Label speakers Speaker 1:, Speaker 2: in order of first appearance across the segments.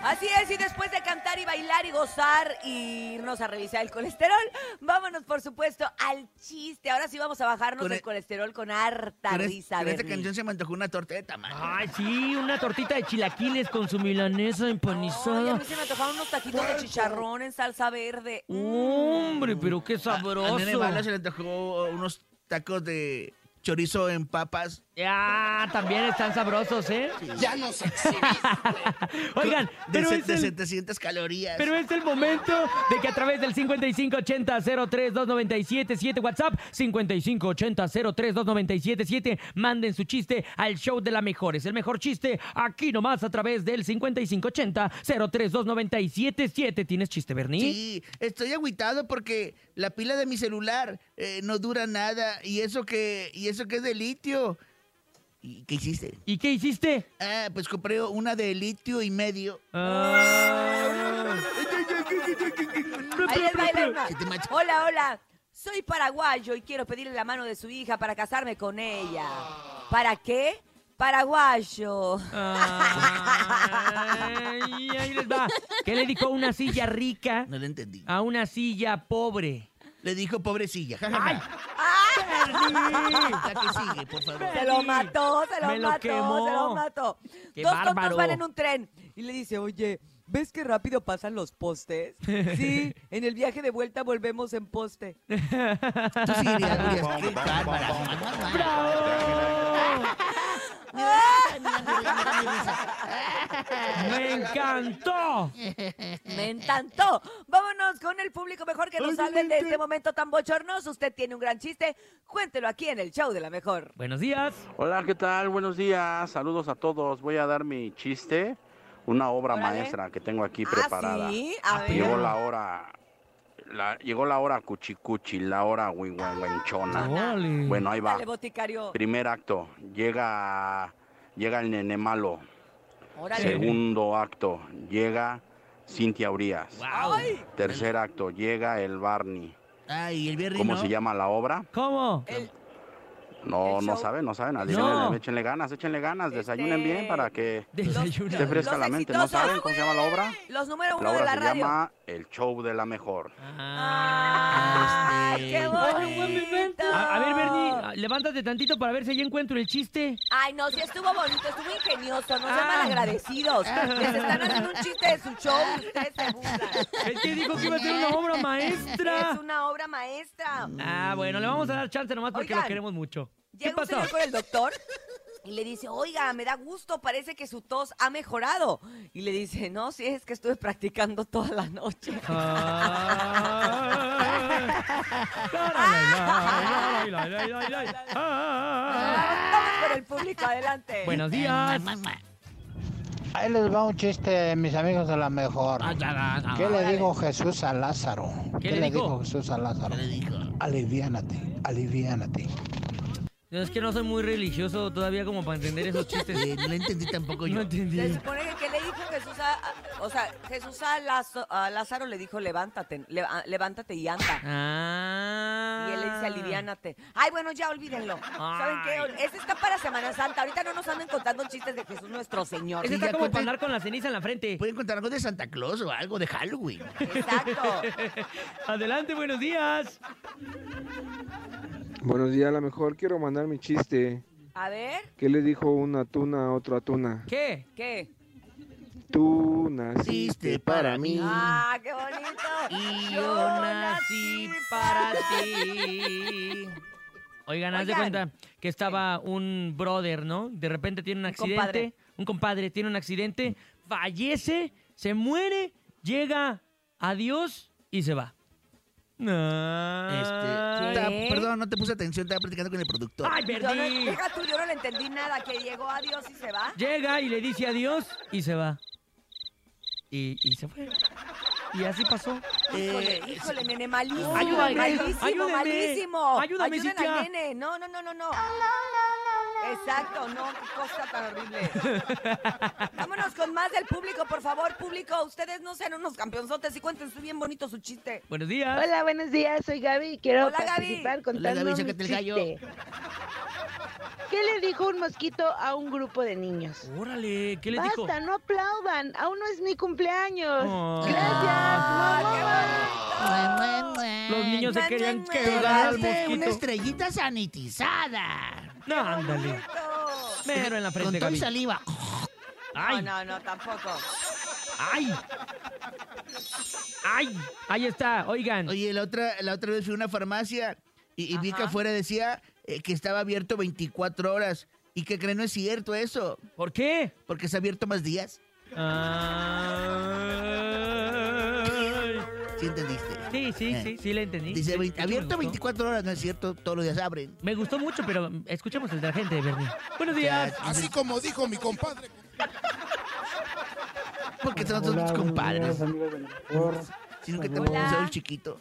Speaker 1: Así es, y después de cantar y bailar y gozar y irnos a revisar el colesterol, vámonos por supuesto al chiste. Ahora sí vamos a bajarnos
Speaker 2: Con
Speaker 1: el,
Speaker 2: el-
Speaker 1: colesterol con harta
Speaker 2: Con es-
Speaker 1: risa.
Speaker 2: con esta
Speaker 1: Bernie.
Speaker 2: canción se me antojó una torta de tamal.
Speaker 3: Ay, sí, una tortita de chilaquiles con su milanesa
Speaker 1: Ay, a
Speaker 3: empanizada.
Speaker 1: mí se me antojaron unos taquitos de chicharrón en salsa verde. Mm.
Speaker 3: Hombre, pero qué
Speaker 2: A, a
Speaker 3: sabroso.
Speaker 2: Nene Bala se le antojó unos tacos de chorizo en papas.
Speaker 3: Ya, también están sabrosos, ¿eh?
Speaker 4: Ya nos exhibiste.
Speaker 3: Oigan,
Speaker 2: de,
Speaker 3: pero
Speaker 2: se-
Speaker 3: es
Speaker 2: de
Speaker 3: el-
Speaker 2: 700 calorías.
Speaker 3: Pero es el momento de que a través del 5580-032977 WhatsApp, 5580-032977, manden su chiste al show de la mejor. Es el mejor chiste aquí nomás a través del 5580-032977. ¿Tienes chiste, Bernie?
Speaker 2: Sí, estoy agüitado porque la pila de mi celular eh, no dura nada y eso que y eso que es de litio. ¿Y qué hiciste?
Speaker 3: ¿Y qué hiciste?
Speaker 2: Ah, pues compré una de litio y medio.
Speaker 3: Ah.
Speaker 1: Ahí les baila una.
Speaker 2: Que te macho.
Speaker 1: Hola, hola. Soy paraguayo y quiero pedirle la mano de su hija para casarme con ella.
Speaker 2: Ah.
Speaker 1: ¿Para qué? Paraguayo.
Speaker 3: Ay, ahí les va. ¿Qué le dijo una silla rica
Speaker 2: No le entendí.
Speaker 3: a una silla pobre?
Speaker 2: Le dijo pobrecilla. ja, ja, ja. La que sigue, por favor.
Speaker 1: Se lo
Speaker 3: Bernie,
Speaker 1: mató, se lo
Speaker 3: me lo
Speaker 1: mató, se lo
Speaker 3: quemó.
Speaker 1: mató.
Speaker 3: Qué
Speaker 1: Dos
Speaker 3: bárbaro.
Speaker 1: tontos van en un tren y le dice, oye, ¿ves qué rápido pasan los postes? sí, en el viaje de vuelta volvemos en poste.
Speaker 2: Tú sí irías, Urias. Qué bárbara.
Speaker 3: ¡Me encantó!
Speaker 1: Me encantó. Vámonos con el público mejor que nos salve de este momento tan bochornoso. Usted tiene un gran chiste, cuéntelo aquí en el show de la mejor.
Speaker 3: Buenos días.
Speaker 5: Hola, ¿qué tal? Buenos días. Saludos a todos. Voy a dar mi chiste, una obra
Speaker 1: Órale.
Speaker 5: maestra que tengo aquí preparada.
Speaker 1: Ah, sí, a ver.
Speaker 5: Llegó la hora la- llegó la hora cuchicuchi, la hora huihuenchona.
Speaker 3: Ole.
Speaker 5: Bueno, ahí va.
Speaker 1: Dale, boticario.
Speaker 5: Primer acto, llega llega el nene malo.
Speaker 1: Órale.
Speaker 5: Segundo acto, llega Cintia Urias.
Speaker 3: Wow.
Speaker 1: Ay,
Speaker 5: Tercer acto, llega el Barney.
Speaker 2: Ay, el viernes
Speaker 5: ¿Cómo
Speaker 2: no.
Speaker 5: se llama la obra?
Speaker 3: ¿Cómo?
Speaker 1: el-
Speaker 5: No,
Speaker 1: El
Speaker 5: no
Speaker 1: show.
Speaker 5: saben, no saben.
Speaker 3: No.
Speaker 5: Adivinen, échenle ganas, échenle ganas, desayunen
Speaker 1: Este-
Speaker 5: bien para que
Speaker 1: Te
Speaker 5: esté
Speaker 3: Desayuno.
Speaker 1: fres-
Speaker 5: fresca
Speaker 1: Los
Speaker 5: la mente. ¿No
Speaker 1: exitosos.
Speaker 5: saben cómo se llama la obra?
Speaker 1: los número
Speaker 5: La
Speaker 1: uno de
Speaker 5: obra
Speaker 1: la
Speaker 5: se
Speaker 1: radio.
Speaker 5: llama El Show de la Mejor.
Speaker 1: Ah, qué bonito.
Speaker 3: A, a este. ver, Bernie, levántate tantito para ver si ahí encuentro el chiste.
Speaker 1: Ay, no, sí estuvo bonito, estuvo ingenioso, no sean
Speaker 3: Ah.
Speaker 1: malagradecidos. Les están haciendo un chiste de su show, ustedes se burlan.
Speaker 3: Es que dijo que iba a ser una obra
Speaker 1: Es
Speaker 3: maestra.
Speaker 1: una obra maestra.
Speaker 3: Ah, bueno, le vamos a dar chance nomás porque
Speaker 1: Oigan,
Speaker 3: lo queremos mucho. ¿Qué
Speaker 1: Llega un
Speaker 3: pasó?
Speaker 1: señor con el doctor y le dice, oiga, me da gusto, parece que su tos ha mejorado. Y le dice, no, sí, es que estuve practicando toda la noche.
Speaker 3: Ah.
Speaker 1: Vamos por el público, adelante.
Speaker 3: Buenos días.
Speaker 6: Ahí les va un chiste, mis amigos de la mejor. ¿Qué le dijo Jesús a Lázaro?
Speaker 3: Ah, ¿Qué le dijo?
Speaker 6: Jesús a Lázaro? Aliviánate, aliviánate.
Speaker 3: No, Es que no soy muy religioso todavía como para entender esos
Speaker 2: Eh,
Speaker 3: chistes.
Speaker 2: no lo entendí tampoco yo.
Speaker 3: No
Speaker 1: Se
Speaker 3: entendí.
Speaker 1: supone que, ¿qué le dijo Jesús a, a- o sea, Jesús a, Lazo- a Lázaro le dijo, levántate, le- a- levántate y anda.
Speaker 3: Ah.
Speaker 1: Y él le dice, aliviánate. Ay, bueno, ya olvídenlo. ¿Saben qué? Ese está para Semana Santa. Ahorita no nos anden contando chistes de Jesús nuestro Señor.
Speaker 2: Sí,
Speaker 3: Ese está
Speaker 2: ya
Speaker 3: como
Speaker 2: conté-
Speaker 3: para andar con la ceniza en la frente.
Speaker 1: Pues,
Speaker 2: Pueden contar algo de Santa Claus o algo de Halloween.
Speaker 1: Exacto.
Speaker 3: Adelante, buenos días.
Speaker 7: Buenos días, a lo mejor quiero mandar mi chiste.
Speaker 1: A ver,
Speaker 7: ¿Qué le dijo una tuna a otra tuna?
Speaker 3: ¿Qué?
Speaker 1: ¿qué?
Speaker 7: Tú naciste para mí.
Speaker 1: Ah, qué bonito.
Speaker 3: Y yo nací para ti. Oigan, haz de
Speaker 1: Oigan.
Speaker 3: cuenta que estaba un brother, ¿no? De repente tiene un accidente.
Speaker 1: compadre.
Speaker 3: Un compadre tiene un accidente, fallece, se muere, llega a Dios y se va. Ah.
Speaker 2: Este,
Speaker 3: Ay.
Speaker 2: ta-
Speaker 1: ¿Qué?
Speaker 2: Ah, perdón, no te puse atención, estaba platicando con el productor.
Speaker 3: ¡Ay,
Speaker 1: Yo no,
Speaker 3: perdí!
Speaker 1: deja tú, yo no le entendí nada. Que llegó a Dios y se va.
Speaker 3: Llega y le dice adiós y se va. Y, y se fue. Y así pasó.
Speaker 1: Híjole,
Speaker 2: Eh,
Speaker 1: híjole, nene, malísimo.
Speaker 3: Ayúdame,
Speaker 1: malísimo,
Speaker 3: ayúdame,
Speaker 1: malísimo.
Speaker 3: ayúdame,
Speaker 1: Ayuden
Speaker 3: Cintia.
Speaker 1: al nene. No, no, no, no, no. Exacto, no, qué cosa tan horrible. Vámonos con más del público, por favor, público. Ustedes no sean unos campeonzotes y cuéntense bien bonito su chiste.
Speaker 3: Buenos días.
Speaker 8: Hola, buenos días, soy Gaby y quiero
Speaker 1: Hola, Gaby.
Speaker 8: participar
Speaker 2: Hola,
Speaker 8: contando
Speaker 2: Gaby,
Speaker 8: mi
Speaker 2: sácate el gallo.
Speaker 8: chiste. ¿Qué le dijo un mosquito a un grupo de niños?
Speaker 3: Órale, ¿qué le dijo?
Speaker 8: Basta, no aplaudan, aún no es mi cumpleaños.
Speaker 3: Oh.
Speaker 8: Gracias,
Speaker 3: Los niños se querían
Speaker 1: Te
Speaker 2: Te
Speaker 3: quebrar al
Speaker 2: ganaste una
Speaker 3: mosquito.
Speaker 2: estrellita sanitizada.
Speaker 3: No, ándale. Mero en la
Speaker 2: Con
Speaker 3: frente,
Speaker 2: todo y
Speaker 3: Gaby.
Speaker 2: saliva.
Speaker 1: No,
Speaker 3: ¡Ay!
Speaker 1: no, no, tampoco.
Speaker 3: ¡Ay! ¡Ay! Ahí está, oigan.
Speaker 2: Oye, la otra, la otra vez fui a una farmacia y, y vi que
Speaker 1: Ajá.
Speaker 2: afuera decía eh, que estaba abierto 24 horas. ¿Y que creen no es cierto eso?
Speaker 3: ¿Por qué?
Speaker 2: Porque se ha abierto más días.
Speaker 3: Ay.
Speaker 2: ¿Sí entendiste?
Speaker 3: Sí, sí,
Speaker 2: Eh.
Speaker 3: sí, sí, le entendí.
Speaker 2: Dice,
Speaker 3: Sí,
Speaker 2: "Vein-
Speaker 3: de hecho, me
Speaker 2: abierto
Speaker 3: gustó.
Speaker 2: 24 horas, no es cierto, todos los días abren.
Speaker 3: Me gustó mucho, pero escuchemos el de la gente, Bernie. Buenos días.
Speaker 4: Así como dijo mi compadre.
Speaker 2: Porque son nosotros tus compadres. Sino que te
Speaker 1: Hola.
Speaker 2: puso el chiquito.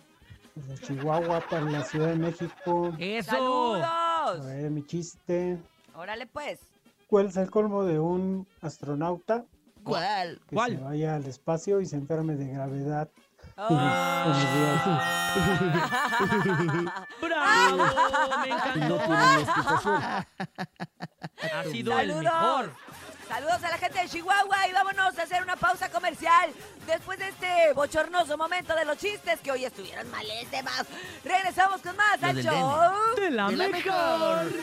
Speaker 9: Desde Chihuahua para la Ciudad de México.
Speaker 3: Eso.
Speaker 9: A
Speaker 1: ¡Saludos!
Speaker 9: ver, mi chiste.
Speaker 1: Órale, pues.
Speaker 9: ¿Cuál es el colmo de un astronauta
Speaker 2: ¿Cuál?
Speaker 9: que
Speaker 3: ¿Cuál?
Speaker 9: se vaya al espacio y se enferme de gravedad?
Speaker 1: Ah.
Speaker 3: ¡Bravo! Me
Speaker 9: Y no
Speaker 3: encantó.
Speaker 9: tiene explicación.
Speaker 3: Ha sido el
Speaker 1: Saludos.
Speaker 3: mejor.
Speaker 1: Saludos a la gente de Chihuahua y vámonos a hacer una pausa comercial. Después de este bochornoso momento de los chistes que hoy estuvieron malísimos. Regresamos con más
Speaker 2: Lo
Speaker 1: al
Speaker 2: del
Speaker 1: show.
Speaker 3: De la
Speaker 2: De la
Speaker 3: mejor.